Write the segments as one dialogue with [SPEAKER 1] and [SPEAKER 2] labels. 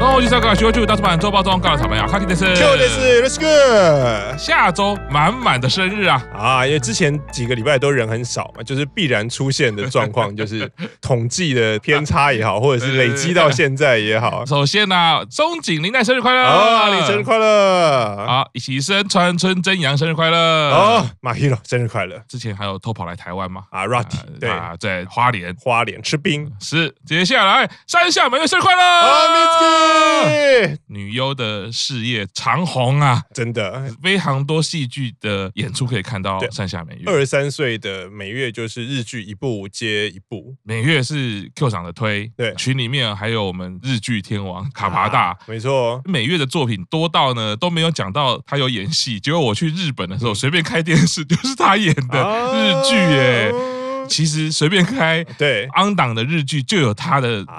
[SPEAKER 1] 后就是要跟学会就大出版周报中告诉草莓啊，开启的是，
[SPEAKER 2] 就的是 Let's Go
[SPEAKER 1] 下周满满的生日啊，
[SPEAKER 2] 啊，因为之前几个礼拜都人很少嘛，就是必然出现的状况，就是统计的偏差也好，或者是累积到现在也好。
[SPEAKER 1] 首先呢、松井玲奈生日快乐！ 啊
[SPEAKER 2] 啊，你生日快乐！
[SPEAKER 1] 好，以及身川村真阳生日快乐！
[SPEAKER 2] 哦，马希罗生日快乐！
[SPEAKER 1] 之前还有偷跑来台湾吗？
[SPEAKER 2] 啊，Rati 对，
[SPEAKER 1] 啊，在花莲
[SPEAKER 2] 花莲吃冰。
[SPEAKER 1] 是。接下来山下美月生日快乐！
[SPEAKER 2] 啊 m i s
[SPEAKER 1] 女优的事业长虹啊，
[SPEAKER 2] 真的，
[SPEAKER 1] 非常多戏剧的演出可以看到
[SPEAKER 2] 对
[SPEAKER 1] 山下美月。
[SPEAKER 2] 二十三岁的每月就是日剧一部接一部，
[SPEAKER 1] 美月是 Q 厂的推，
[SPEAKER 2] 对
[SPEAKER 1] 群里面还有我们日剧天王卡帕大。
[SPEAKER 2] 啊没 错。
[SPEAKER 1] 美月的作品多到呢都没有讲到她有演戏，结果我去日本的
[SPEAKER 2] 嗯
[SPEAKER 1] 时候随便开电视就是她演的
[SPEAKER 2] 哦
[SPEAKER 1] 日剧耶、
[SPEAKER 2] 啊
[SPEAKER 1] 其实随便开
[SPEAKER 2] 对，
[SPEAKER 1] 昂档的日剧就有她的演出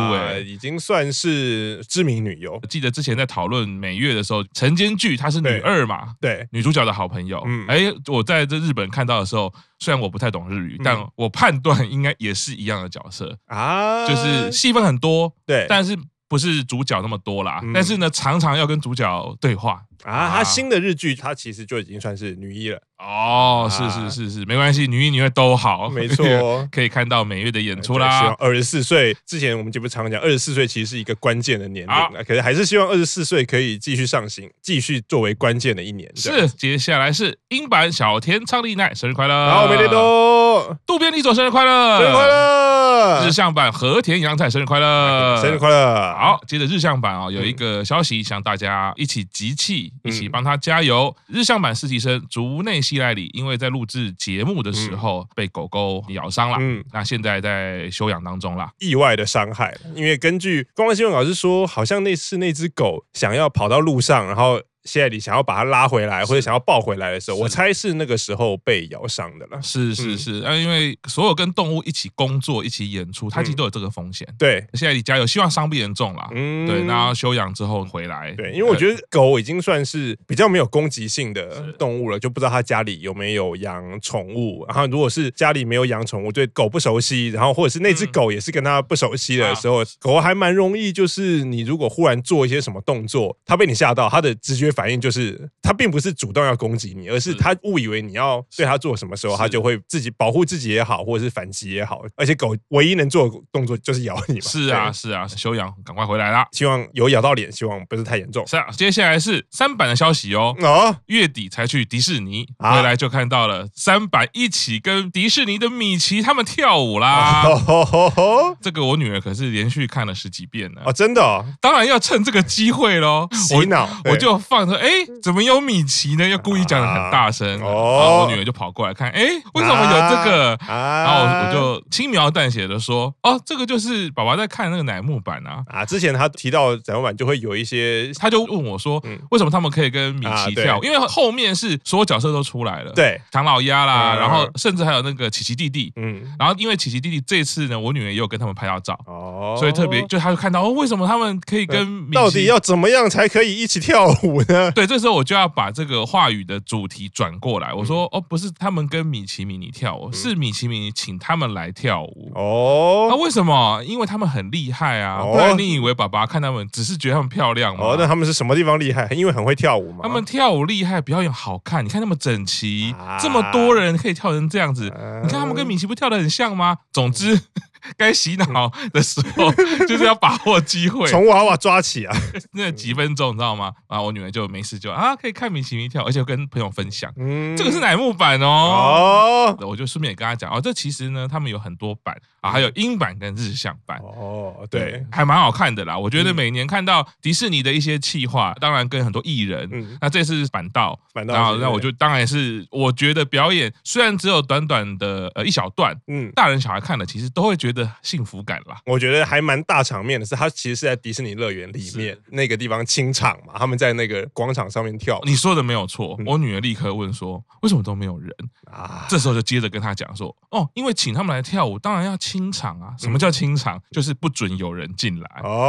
[SPEAKER 1] 哎、
[SPEAKER 2] 啊已经算是知名女优。
[SPEAKER 1] 记得之前在讨论美月的时候，晨间剧她是女
[SPEAKER 2] 对
[SPEAKER 1] 二嘛，
[SPEAKER 2] 对，
[SPEAKER 1] 女主角的好朋友。
[SPEAKER 2] 嗯
[SPEAKER 1] 哎、我在这日本看到的时候，虽然我不太懂日语，
[SPEAKER 2] 嗯
[SPEAKER 1] 但我判断应该也是一样的角色，
[SPEAKER 2] 啊，
[SPEAKER 1] 就是戏份很多，
[SPEAKER 2] 对，
[SPEAKER 1] 但是不是主角那么多啦。
[SPEAKER 2] 嗯
[SPEAKER 1] 但是呢，常常要跟主角对话。
[SPEAKER 2] 啊，她新的日剧，她其实就已经算是女一了，
[SPEAKER 1] 哦，是
[SPEAKER 2] 啊
[SPEAKER 1] 是是是，没关系，女一女二都好，
[SPEAKER 2] 没错 哦哎
[SPEAKER 1] 可以看到美月的演出
[SPEAKER 2] 希望
[SPEAKER 1] 啦。
[SPEAKER 2] 二十四岁之前，我们节目常讲，二十四岁其实是一个关键的年龄
[SPEAKER 1] 好
[SPEAKER 2] 啊，可是还是希望二十四岁可以继续上行，继续作为关键的一年。这样
[SPEAKER 1] 是，，接下来是英版小田昌丽奈生日快乐，
[SPEAKER 2] 好，每天都
[SPEAKER 1] 渡边利佐生日快乐，
[SPEAKER 2] 生日快，乐
[SPEAKER 1] 日，向版和田洋菜生日快乐，
[SPEAKER 2] 生日快乐，，
[SPEAKER 1] 呃好，接着日向版哦，有一个消息向大家一起集气，一
[SPEAKER 2] 嗯
[SPEAKER 1] 起帮他加油。日向版实习生竹内希赖里，因为在录制节目的时候被狗狗咬伤了，
[SPEAKER 2] 嗯
[SPEAKER 1] 那现在在休养当中啦。
[SPEAKER 2] 意外的伤害，因为根据公安新闻稿是说，好像那是那只狗想要跑到路上，然后谢艾里想要把它拉回来或者想要抱回来的时候，
[SPEAKER 1] 是
[SPEAKER 2] 我猜是那个时候被咬伤的了。
[SPEAKER 1] 是是
[SPEAKER 2] 嗯
[SPEAKER 1] 是，那、因为所有跟动物一起工作、一起演出，它其
[SPEAKER 2] 嗯
[SPEAKER 1] 实都有这个风险。
[SPEAKER 2] 对，
[SPEAKER 1] 现在你加油，希望伤不严重啦。
[SPEAKER 2] 嗯
[SPEAKER 1] 对，那要休养之后回来。呃
[SPEAKER 2] 对，因为我
[SPEAKER 1] 得
[SPEAKER 2] 觉得狗已经算是比较没有攻击性
[SPEAKER 1] 是
[SPEAKER 2] 的动物了，就不知道它家里有没有养宠物。然后如果是家里没有养宠物，对狗不熟悉，然后或者是那只
[SPEAKER 1] 嗯啊
[SPEAKER 2] 狗也是跟它不熟悉的时候，狗还蛮容易，就是你如果忽然做一些什么动作，它被你吓到，它的直觉反应就是它并不是主动要攻击你，而是
[SPEAKER 1] 是
[SPEAKER 2] 它误以为你要对它做什么时候，它
[SPEAKER 1] 嗯是
[SPEAKER 2] 就会自己保护自己也好，或者是反击也好。而且狗唯一能做的动作就是咬你嘛。
[SPEAKER 1] 是啊
[SPEAKER 2] 对。
[SPEAKER 1] 是啊，休养赶快回来啦。
[SPEAKER 2] 希望有咬到脸，希望不是太严重。
[SPEAKER 1] 是啊，接下来是三版的消息哦。
[SPEAKER 2] 哦，
[SPEAKER 1] 月底才去迪士尼，
[SPEAKER 2] 啊
[SPEAKER 1] 回来就看到了三版一起跟迪士尼的米奇他们跳舞啦。
[SPEAKER 2] 哦吼吼吼！
[SPEAKER 1] 这个我女儿可是连续看了十几遍呢，
[SPEAKER 2] 哦，真的哦，
[SPEAKER 1] 当然要趁这个机会喽。
[SPEAKER 2] 洗
[SPEAKER 1] 我
[SPEAKER 2] 脑，对
[SPEAKER 1] 我就放着，哎，怎么有米奇呢？又故意讲的很大声，
[SPEAKER 2] 啊
[SPEAKER 1] 然
[SPEAKER 2] 哦
[SPEAKER 1] 后我女儿就跑过来看，哎，为什么有这个？然后
[SPEAKER 2] 啊，
[SPEAKER 1] 我就轻描淡写的说，哦，这个就是爸爸在看那个乃木坂啊。
[SPEAKER 2] 啊，之前他提到展望版就会有一些
[SPEAKER 1] 他就问我说
[SPEAKER 2] 嗯：“
[SPEAKER 1] 为什么他们可以跟米
[SPEAKER 2] 啊
[SPEAKER 1] 奇
[SPEAKER 2] 对
[SPEAKER 1] 跳舞？因为后面是所有角色都出来了，
[SPEAKER 2] 对，
[SPEAKER 1] 唐老鸭啦，
[SPEAKER 2] 嗯
[SPEAKER 1] 然后甚至还有那个琪琪弟弟。
[SPEAKER 2] 嗯，
[SPEAKER 1] 然后因为琪琪弟弟这次呢，我女儿也有跟他们拍到照，
[SPEAKER 2] 哦，
[SPEAKER 1] 所以特别就她就看到哦，为什么他们可以跟米奇
[SPEAKER 2] 到底要怎么样才可以一起跳舞呢？
[SPEAKER 1] 对，这时候我就要把这个话语的主题转过来，我
[SPEAKER 2] 嗯
[SPEAKER 1] 说哦，不是他们跟米奇米妮跳舞，是米奇米妮请他们来跳舞。那
[SPEAKER 2] 哦
[SPEAKER 1] 为什么？因为他们很厉害啊！
[SPEAKER 2] 哦
[SPEAKER 1] 不然你以为爸爸看他们只是觉得他们漂亮吗？
[SPEAKER 2] 哦，那他们是什么地方厉害？因为很会跳舞嘛。
[SPEAKER 1] 啊他们跳舞厉害，表演好看，你看那么整齐，
[SPEAKER 2] 啊
[SPEAKER 1] 这么多人可以跳成这样子，
[SPEAKER 2] 嗯
[SPEAKER 1] 你看他们跟米奇不跳的很像吗？总之， 该洗脑的时候就是要把握机会，
[SPEAKER 2] 从娃娃抓起啊，
[SPEAKER 1] 那几分钟你知道吗？啊，我女儿就没事就啊可以看米奇米跳，而且跟朋友分享，
[SPEAKER 2] 嗯，
[SPEAKER 1] 这个是乃木版哦。
[SPEAKER 2] 哦嗯
[SPEAKER 1] 我就顺便也跟她讲哦，这其实呢，他们有很多版啊，还有英版跟日向版。
[SPEAKER 2] 哦，对，，
[SPEAKER 1] 还蛮好看的啦。我觉得
[SPEAKER 2] 嗯
[SPEAKER 1] 每年看到迪士尼的一些企划，当然跟很多艺人，
[SPEAKER 2] 嗯
[SPEAKER 1] 那这次是板道，
[SPEAKER 2] 反
[SPEAKER 1] 然
[SPEAKER 2] 倒
[SPEAKER 1] 后
[SPEAKER 2] 是
[SPEAKER 1] 那我就当然也是，我觉得表演虽然只有短短的呃一小段，
[SPEAKER 2] 嗯。
[SPEAKER 1] 大人小孩看了其实都会觉得幸福感啦。
[SPEAKER 2] 我觉得还蛮大场面的是，它其实是在迪士尼乐园里面那个地方清场嘛，他们在那个广场上面跳舞
[SPEAKER 1] 你说的没有错，
[SPEAKER 2] 嗯
[SPEAKER 1] 我女儿立刻问说：“为什么都没有人
[SPEAKER 2] 啊？”，
[SPEAKER 1] 这时候就接着跟她讲说：“哦，因为请他们来跳舞，当然要清场
[SPEAKER 2] 嗯
[SPEAKER 1] 啊。什么叫清场？就是不准有人进来
[SPEAKER 2] 哦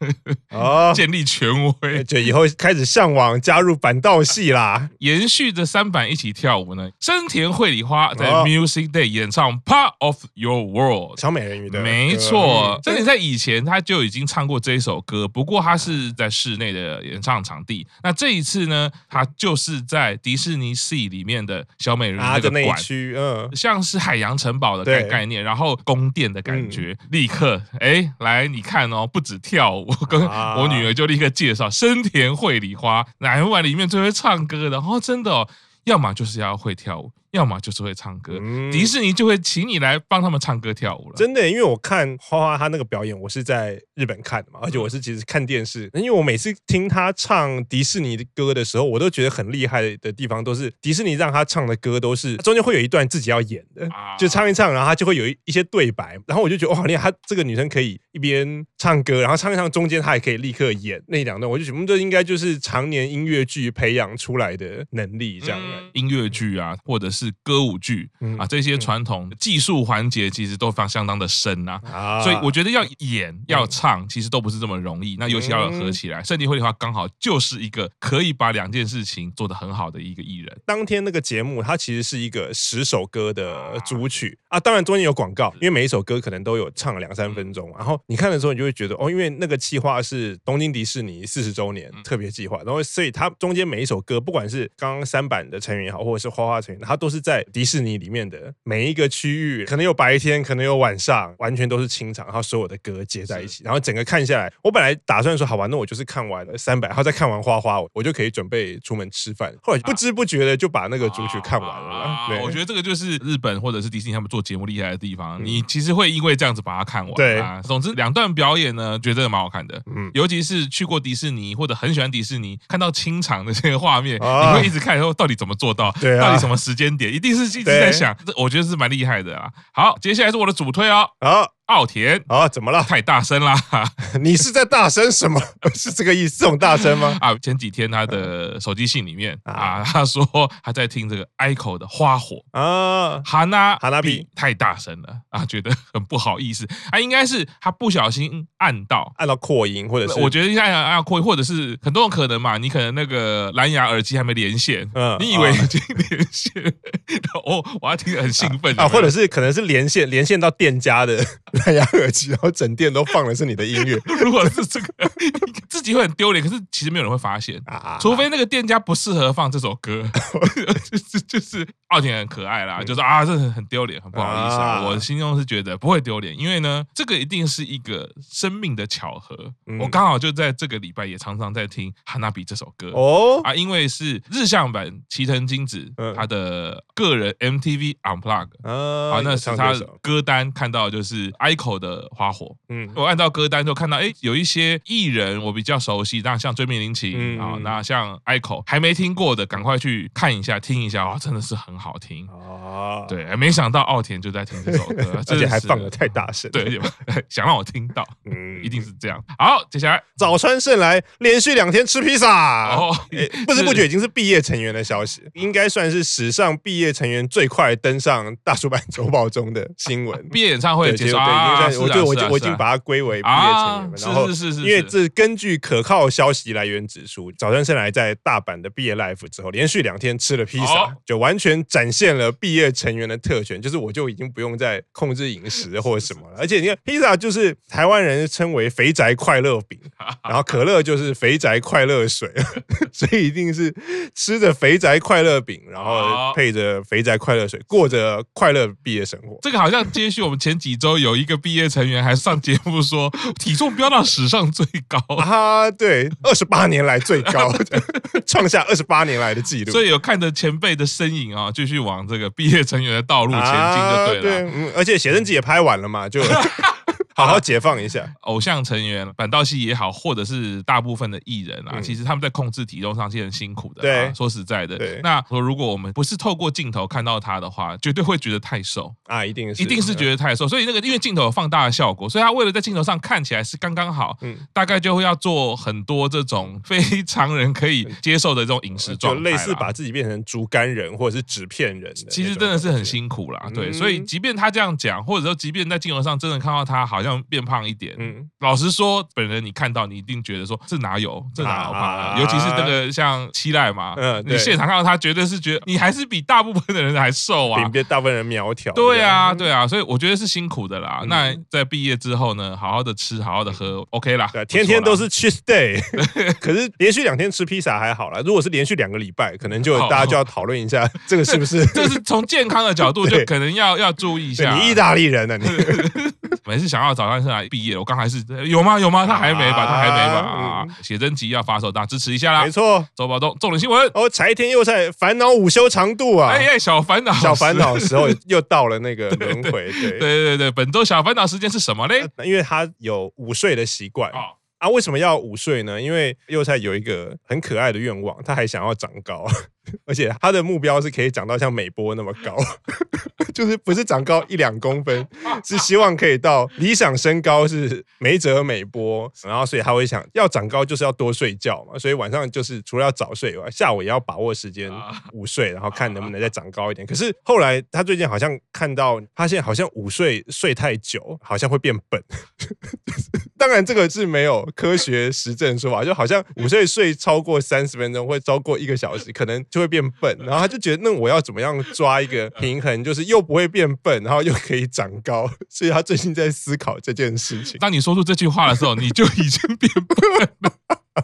[SPEAKER 2] 哎
[SPEAKER 1] 哦，
[SPEAKER 2] 哦，
[SPEAKER 1] 建立权威。
[SPEAKER 2] 就以后开始向往加入板道系啦。
[SPEAKER 1] 延续着三版一起跳舞呢。生田绘里花在
[SPEAKER 2] 哦
[SPEAKER 1] Music Day 演唱《Part of Your World》，的。
[SPEAKER 2] 小美人鱼的，
[SPEAKER 1] 没错，
[SPEAKER 2] 对
[SPEAKER 1] 这点在以前他就已经唱过这一首歌，不过他是在室内的演唱场地。那这一次呢，他就是在迪士尼 Sea 里面的小美人鱼
[SPEAKER 2] 啊
[SPEAKER 1] 那
[SPEAKER 2] 的
[SPEAKER 1] 个
[SPEAKER 2] 那一
[SPEAKER 1] 馆。
[SPEAKER 2] 区，嗯，
[SPEAKER 1] 像是海洋城堡的概
[SPEAKER 2] 对嗯
[SPEAKER 1] 概念，然后宫殿的感觉，立刻哎，来你看哦，不止跳舞，我跟
[SPEAKER 2] 啊
[SPEAKER 1] 我女儿就立刻介绍生田绘梨花，乃木坂里面最会唱歌的，哦，真的哦，要么就是要会跳舞，要么就是会唱歌，
[SPEAKER 2] 嗯
[SPEAKER 1] 迪士尼就会请你来帮他们唱歌跳舞了。
[SPEAKER 2] 真的，因为我看花花她那个表演，我是在日本看的嘛，而且我是其实看电视，因为我每次听她唱迪士尼的歌的时候，我都觉得很厉害的地方，都是迪士尼让她唱的歌都是中间会有一段自己要演的
[SPEAKER 1] 啊，
[SPEAKER 2] 就唱一唱，然后她就会有一一些对白，然后我就觉得哇，好厉害，她这个女生可以一边唱歌，然后唱一唱中间她也可以立刻演那两段，我就觉得嗯这应该就是常年音乐剧培养出来的能力，这样。
[SPEAKER 1] 嗯音乐剧啊，或者是歌舞剧、
[SPEAKER 2] 嗯
[SPEAKER 1] 啊，这些传统技术环节其实都非常相当的深啊。
[SPEAKER 2] 啊嗯
[SPEAKER 1] 所以我觉得要演要唱，其实都不是这么容易。那尤其要合起来，圣地会的话，刚好就是一个可以把两件事情做得很好的一个艺人。
[SPEAKER 2] 当天那个节目，它其实是一个十首歌的主曲啊，当然中间有广告，因为每一首歌可能都有唱两三
[SPEAKER 1] 嗯
[SPEAKER 2] 分钟。然后你看的时候，你就会觉得哦，因为那个企划是东京迪士尼四十周年
[SPEAKER 1] 嗯
[SPEAKER 2] 特别计划，然后所以它中间每一首歌，不管是刚刚三版的成员也好，或者是花花成员，它都是在迪士尼里面的每一个区域，可能有白天，可能有晚上，完全都是清场，然后所有的歌接在一起，然后整个看下来，我本来打算说好吧，那我就是看完了三百，然后再看完花花，我我就可以准备出门吃饭。后来不知不觉的就把那个主曲看完了啦。
[SPEAKER 1] 啊
[SPEAKER 2] 对，
[SPEAKER 1] 我觉得这个就是日本或者是迪士尼他们做节目厉害的地方。你其实会因为这样子把它看完。
[SPEAKER 2] 对
[SPEAKER 1] 啊，总之两段表演呢，觉得蛮好看的。
[SPEAKER 2] 嗯
[SPEAKER 1] 尤其是去过迪士尼或者很喜欢迪士尼，看到清场的这个画面，
[SPEAKER 2] 啊
[SPEAKER 1] 你会一直看说到底怎么做到，
[SPEAKER 2] 对啊
[SPEAKER 1] 到底什么时间点，一定是一直在想。这我觉得是蛮厉害的啊。好，接下来是我的主推哦，
[SPEAKER 2] 好
[SPEAKER 1] 奥田。
[SPEAKER 2] 好，啊怎么了？
[SPEAKER 1] 太大声啦！
[SPEAKER 2] 你是在大声什么？ 是这个意思？这种大声吗？
[SPEAKER 1] 啊，前几天他的手机信里面
[SPEAKER 2] 啊
[SPEAKER 1] 啊，他说他在听这个 ICO 的《花火》，
[SPEAKER 2] 啊，
[SPEAKER 1] 哈娜
[SPEAKER 2] 哈娜比
[SPEAKER 1] 太大声了啊，觉得很不好意思啊，应该是他不小心按到。
[SPEAKER 2] 按照扩音或者是
[SPEAKER 1] 我觉得应该按按扩，或者是很多种可能嘛，你可能那个蓝牙耳机还没连线，
[SPEAKER 2] 嗯
[SPEAKER 1] 你以为
[SPEAKER 2] 啊
[SPEAKER 1] 已经连线，然后 哦，我还听得很兴奋
[SPEAKER 2] 啊，或者
[SPEAKER 1] 是
[SPEAKER 2] 是可能是连线连线到店家的 蓝牙耳机，然后整店都放的是你的音乐
[SPEAKER 1] 如果是这个， 自己会很丢脸，可是其实没有人会发现，
[SPEAKER 2] 啊，
[SPEAKER 1] 除非那个店家不适合放这首歌， 就是就是奥田很可爱啦，就是啊，这很很丢脸，很不好意思啊。
[SPEAKER 2] 啊
[SPEAKER 1] 我心中是觉得不会丢脸，因为呢，这个一定是一个生命的巧合。
[SPEAKER 2] 嗯
[SPEAKER 1] 我刚好就在这个礼拜也常常在听《哈娜比》这首歌。
[SPEAKER 2] 哦
[SPEAKER 1] 啊，因为是日向版齐藤金子
[SPEAKER 2] 嗯
[SPEAKER 1] 她的个人 MTV Unplug
[SPEAKER 2] 啊
[SPEAKER 1] 啊，那是
[SPEAKER 2] 唱
[SPEAKER 1] 她
[SPEAKER 2] 这首
[SPEAKER 1] 歌单看到就是 ICO 的花火，
[SPEAKER 2] 嗯
[SPEAKER 1] 我按照歌单就看到，哎，有一些艺人我比较熟悉，那像追命林檎
[SPEAKER 2] 嗯
[SPEAKER 1] 啊
[SPEAKER 2] 嗯，
[SPEAKER 1] 那像 Ico 还没听过的，赶快去看一下、听一下，哇，真的是很好听。
[SPEAKER 2] 啊，，
[SPEAKER 1] 哦对，哎没想到奥田就在听这首歌
[SPEAKER 2] 而
[SPEAKER 1] 真
[SPEAKER 2] 且
[SPEAKER 1] 的
[SPEAKER 2] 还
[SPEAKER 1] 是
[SPEAKER 2] 放的太大声，
[SPEAKER 1] 对，而 且想让我听到，
[SPEAKER 2] 嗯
[SPEAKER 1] 一定是这样。好，接下来
[SPEAKER 2] 早川胜来连续两天吃披萨。
[SPEAKER 1] 哦，
[SPEAKER 2] 诶不知不觉已经是毕业成员的消息，应该算是史上毕业成员最快登上大叔版周报中的新闻。
[SPEAKER 1] 毕业演唱会
[SPEAKER 2] 对，
[SPEAKER 1] 结
[SPEAKER 2] 结
[SPEAKER 1] 束
[SPEAKER 2] 果对，
[SPEAKER 1] 啊，
[SPEAKER 2] 已经算
[SPEAKER 1] 是啊
[SPEAKER 2] 是我
[SPEAKER 1] 是
[SPEAKER 2] 就
[SPEAKER 1] 啊
[SPEAKER 2] 我就我已
[SPEAKER 1] 是啊
[SPEAKER 2] 经把它归为毕业成
[SPEAKER 1] 啊
[SPEAKER 2] 员了。，
[SPEAKER 1] 是
[SPEAKER 2] 然后
[SPEAKER 1] 是是是，
[SPEAKER 2] 因为
[SPEAKER 1] 是
[SPEAKER 2] 这根据可靠消息来源指出，早川胜来在大阪的毕业 life 之后，连续两天吃了披萨，
[SPEAKER 1] 哦
[SPEAKER 2] 就完全展现了毕业成员的特权，就是我就已经不用再控制饮食或者什么了。而且你看，披萨就是台湾人称为肥宅快乐 饼，然后可乐就是肥宅快乐水，所以一定是吃着肥宅快乐饼，然
[SPEAKER 1] 哦
[SPEAKER 2] 后配着肥宅快乐水，过着快乐毕业生活。
[SPEAKER 1] 这个好像接续我们前几周有一个毕业成员还上节目说体重飙到史上最高，
[SPEAKER 2] 啊，对，二十八年来最高， 创下二十八年来的记录。
[SPEAKER 1] 所以有看着前辈的身影啊、继续往这个毕业成员的道路前进就对了。
[SPEAKER 2] 啊嗯，而且写真集也拍完了 嘛，就好好解放一下。
[SPEAKER 1] 偶像成员、板道系也好，或者是大部分的艺人啊，
[SPEAKER 2] 嗯
[SPEAKER 1] 其实他们在控制体重上是很辛苦的、啊。
[SPEAKER 2] 对
[SPEAKER 1] 说实在的
[SPEAKER 2] 对，
[SPEAKER 1] 那说如果我们不是透过镜头看到他的话，绝对会觉得太瘦，
[SPEAKER 2] 啊，一定是，
[SPEAKER 1] 一定是觉得太瘦。所以那个因为镜头有放大的效果，所以他为了在镜头上看起来是刚刚好。
[SPEAKER 2] 嗯，
[SPEAKER 1] 大概就会要做很多这种非常人可以接受的这种饮食状
[SPEAKER 2] 就
[SPEAKER 1] 态啦，
[SPEAKER 2] 类似把自己变成竹竿人或者是纸片人的那种感觉。
[SPEAKER 1] 其实真的是很辛苦啦，对，
[SPEAKER 2] 嗯
[SPEAKER 1] 所以即便他这样讲，或者说即便在金融上真的看到他好像变胖一点。
[SPEAKER 2] 嗯，
[SPEAKER 1] 老实说，本人你看到你一定觉得说这哪有这哪有胖
[SPEAKER 2] 啊
[SPEAKER 1] 啊？尤其是那个像七濑嘛，
[SPEAKER 2] 嗯对
[SPEAKER 1] 你现场看到他绝对是觉得你还是比大部分的人还瘦啊
[SPEAKER 2] 比。别大部分人苗条。
[SPEAKER 1] 对啊，
[SPEAKER 2] 这样，
[SPEAKER 1] 对啊，所以我觉得是辛苦的啦。
[SPEAKER 2] 嗯
[SPEAKER 1] 那在毕业之后呢，好好的吃，好好的喝，OK 啦。
[SPEAKER 2] 对，啊
[SPEAKER 1] 不错啦
[SPEAKER 2] 天天都是 cheat day，可是连续两天吃披萨还好啦，如果是连续两个礼拜，可能就
[SPEAKER 1] 好
[SPEAKER 2] 大家就要讨论一下，这个是不是？
[SPEAKER 1] 哦 这是从健康的角度，就
[SPEAKER 2] 对
[SPEAKER 1] 可能要要注意一
[SPEAKER 2] 对
[SPEAKER 1] 下。
[SPEAKER 2] 你意大利人呢、啊？ 你
[SPEAKER 1] 每次想要找上是来毕业，我刚还是有吗？有吗？他还没吧？
[SPEAKER 2] 啊
[SPEAKER 1] 他还没吧？写真集要发售，大家支持一下啦
[SPEAKER 2] 没！错。
[SPEAKER 1] 周保中重点新闻，
[SPEAKER 2] 哦，柴天佑在烦恼午休长度啊，
[SPEAKER 1] 哎哎，小烦恼，
[SPEAKER 2] 小烦恼的时候又到了那个轮回，对
[SPEAKER 1] 对对
[SPEAKER 2] 啊
[SPEAKER 1] 对对，本周小烦恼时间是什么嘞？
[SPEAKER 2] 因为他有午睡的习惯
[SPEAKER 1] 哦，
[SPEAKER 2] 啊。为什么要午睡呢？因为幼菜有一个很可爱的愿望，他还想要长高， 而且他的目标是可以长到像美波那么高， 就是不是长高一两公 分，是希望可以到理想身高是梅泽美波。然后所以他会想要长高就是要多睡觉嘛，所以晚上就是除了要早睡以外，下午也要把握时间
[SPEAKER 1] 啊
[SPEAKER 2] 午睡，然后看能不能再长高一点。可是后来他最近好像看到，他现在好像午睡睡太久，好像会变笨。 当然，这个是没有科学实证说法，就好像午睡睡超过三十分钟或超过一个小时，可能就会变笨。然后他就觉得，那我要怎么样抓一个平衡，就是又不会变笨，然后又可以长高。所以他最近在思考这件事情。
[SPEAKER 1] 当你说出这句话的时候，你就已经变笨了，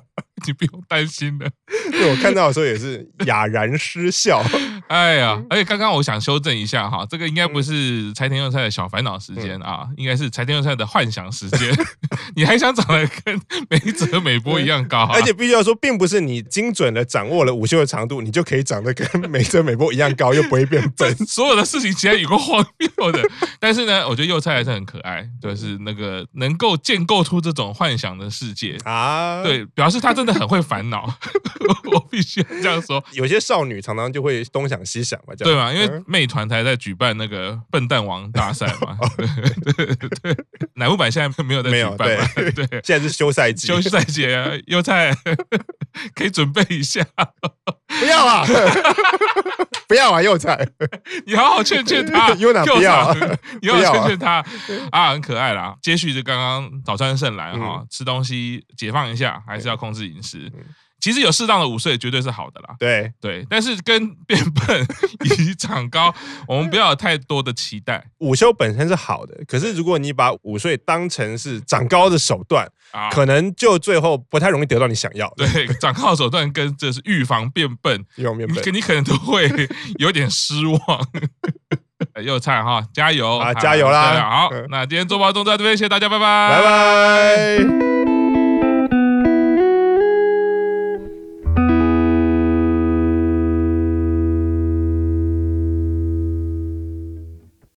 [SPEAKER 1] 你不用担心了。
[SPEAKER 2] 对我看到的时候也是哑然失笑。
[SPEAKER 1] 哎
[SPEAKER 2] 嗯
[SPEAKER 1] 呀，而且刚刚我想修正一下哈，这个应该不是柴田佑菜的小烦恼时间
[SPEAKER 2] 嗯
[SPEAKER 1] 啊，应该是柴田佑菜的幻想时间。 你还想长得跟梅泽美波一样高、啊？
[SPEAKER 2] 而且必须要说，并不是你精准的掌握了午休的长度，你就可以长得跟美泽美波一样高，又不会变 笨。
[SPEAKER 1] 所有的事情其实有个荒谬的， 但是呢，我觉得幼菜还是很可爱，就是那个能够建构出这种幻想的世界，
[SPEAKER 2] 啊，，
[SPEAKER 1] 对，表示他真的很会烦恼， 我必须要这样说，
[SPEAKER 2] 有些少女常常就会东想西想嘛，这
[SPEAKER 1] 对
[SPEAKER 2] 样
[SPEAKER 1] 嘛？因为妹团才在举办那个笨蛋王大赛嘛，对对对对，乃木坂现在没有在
[SPEAKER 2] 没
[SPEAKER 1] 举
[SPEAKER 2] 有
[SPEAKER 1] 办嘛， 对。
[SPEAKER 2] 现在是休赛季，
[SPEAKER 1] 休赛姐啊，优菜 可以准备一下，
[SPEAKER 2] 不 要啊，不要啊，幼崽，
[SPEAKER 1] 你好好劝劝他
[SPEAKER 2] Yuna，不要 啊
[SPEAKER 1] 幼崽你好好劝劝他啊，很可爱啦。接续就刚刚早餐胜来
[SPEAKER 2] 嗯
[SPEAKER 1] 哈，吃东西解放一下，还是要控制饮食。其实有适当的午睡绝对是好的啦，
[SPEAKER 2] 对，
[SPEAKER 1] 对。但是跟变 笨以及长高，我们不要有太多的期待
[SPEAKER 2] 午休本身是好的，可是如果你把午睡当成是长高的手段，
[SPEAKER 1] 啊。
[SPEAKER 2] 可能就最后不太容易得到你想要的。
[SPEAKER 1] 对，长高的手段跟这是预防变笨，
[SPEAKER 2] 一方面
[SPEAKER 1] 你
[SPEAKER 2] 笨
[SPEAKER 1] 可你可能都会有点失望。 哎又菜哈，加油
[SPEAKER 2] 啊加油啦
[SPEAKER 1] 对好
[SPEAKER 2] 嗯，
[SPEAKER 1] 那今天周报中在这边，谢谢大家，拜拜，
[SPEAKER 2] 拜拜。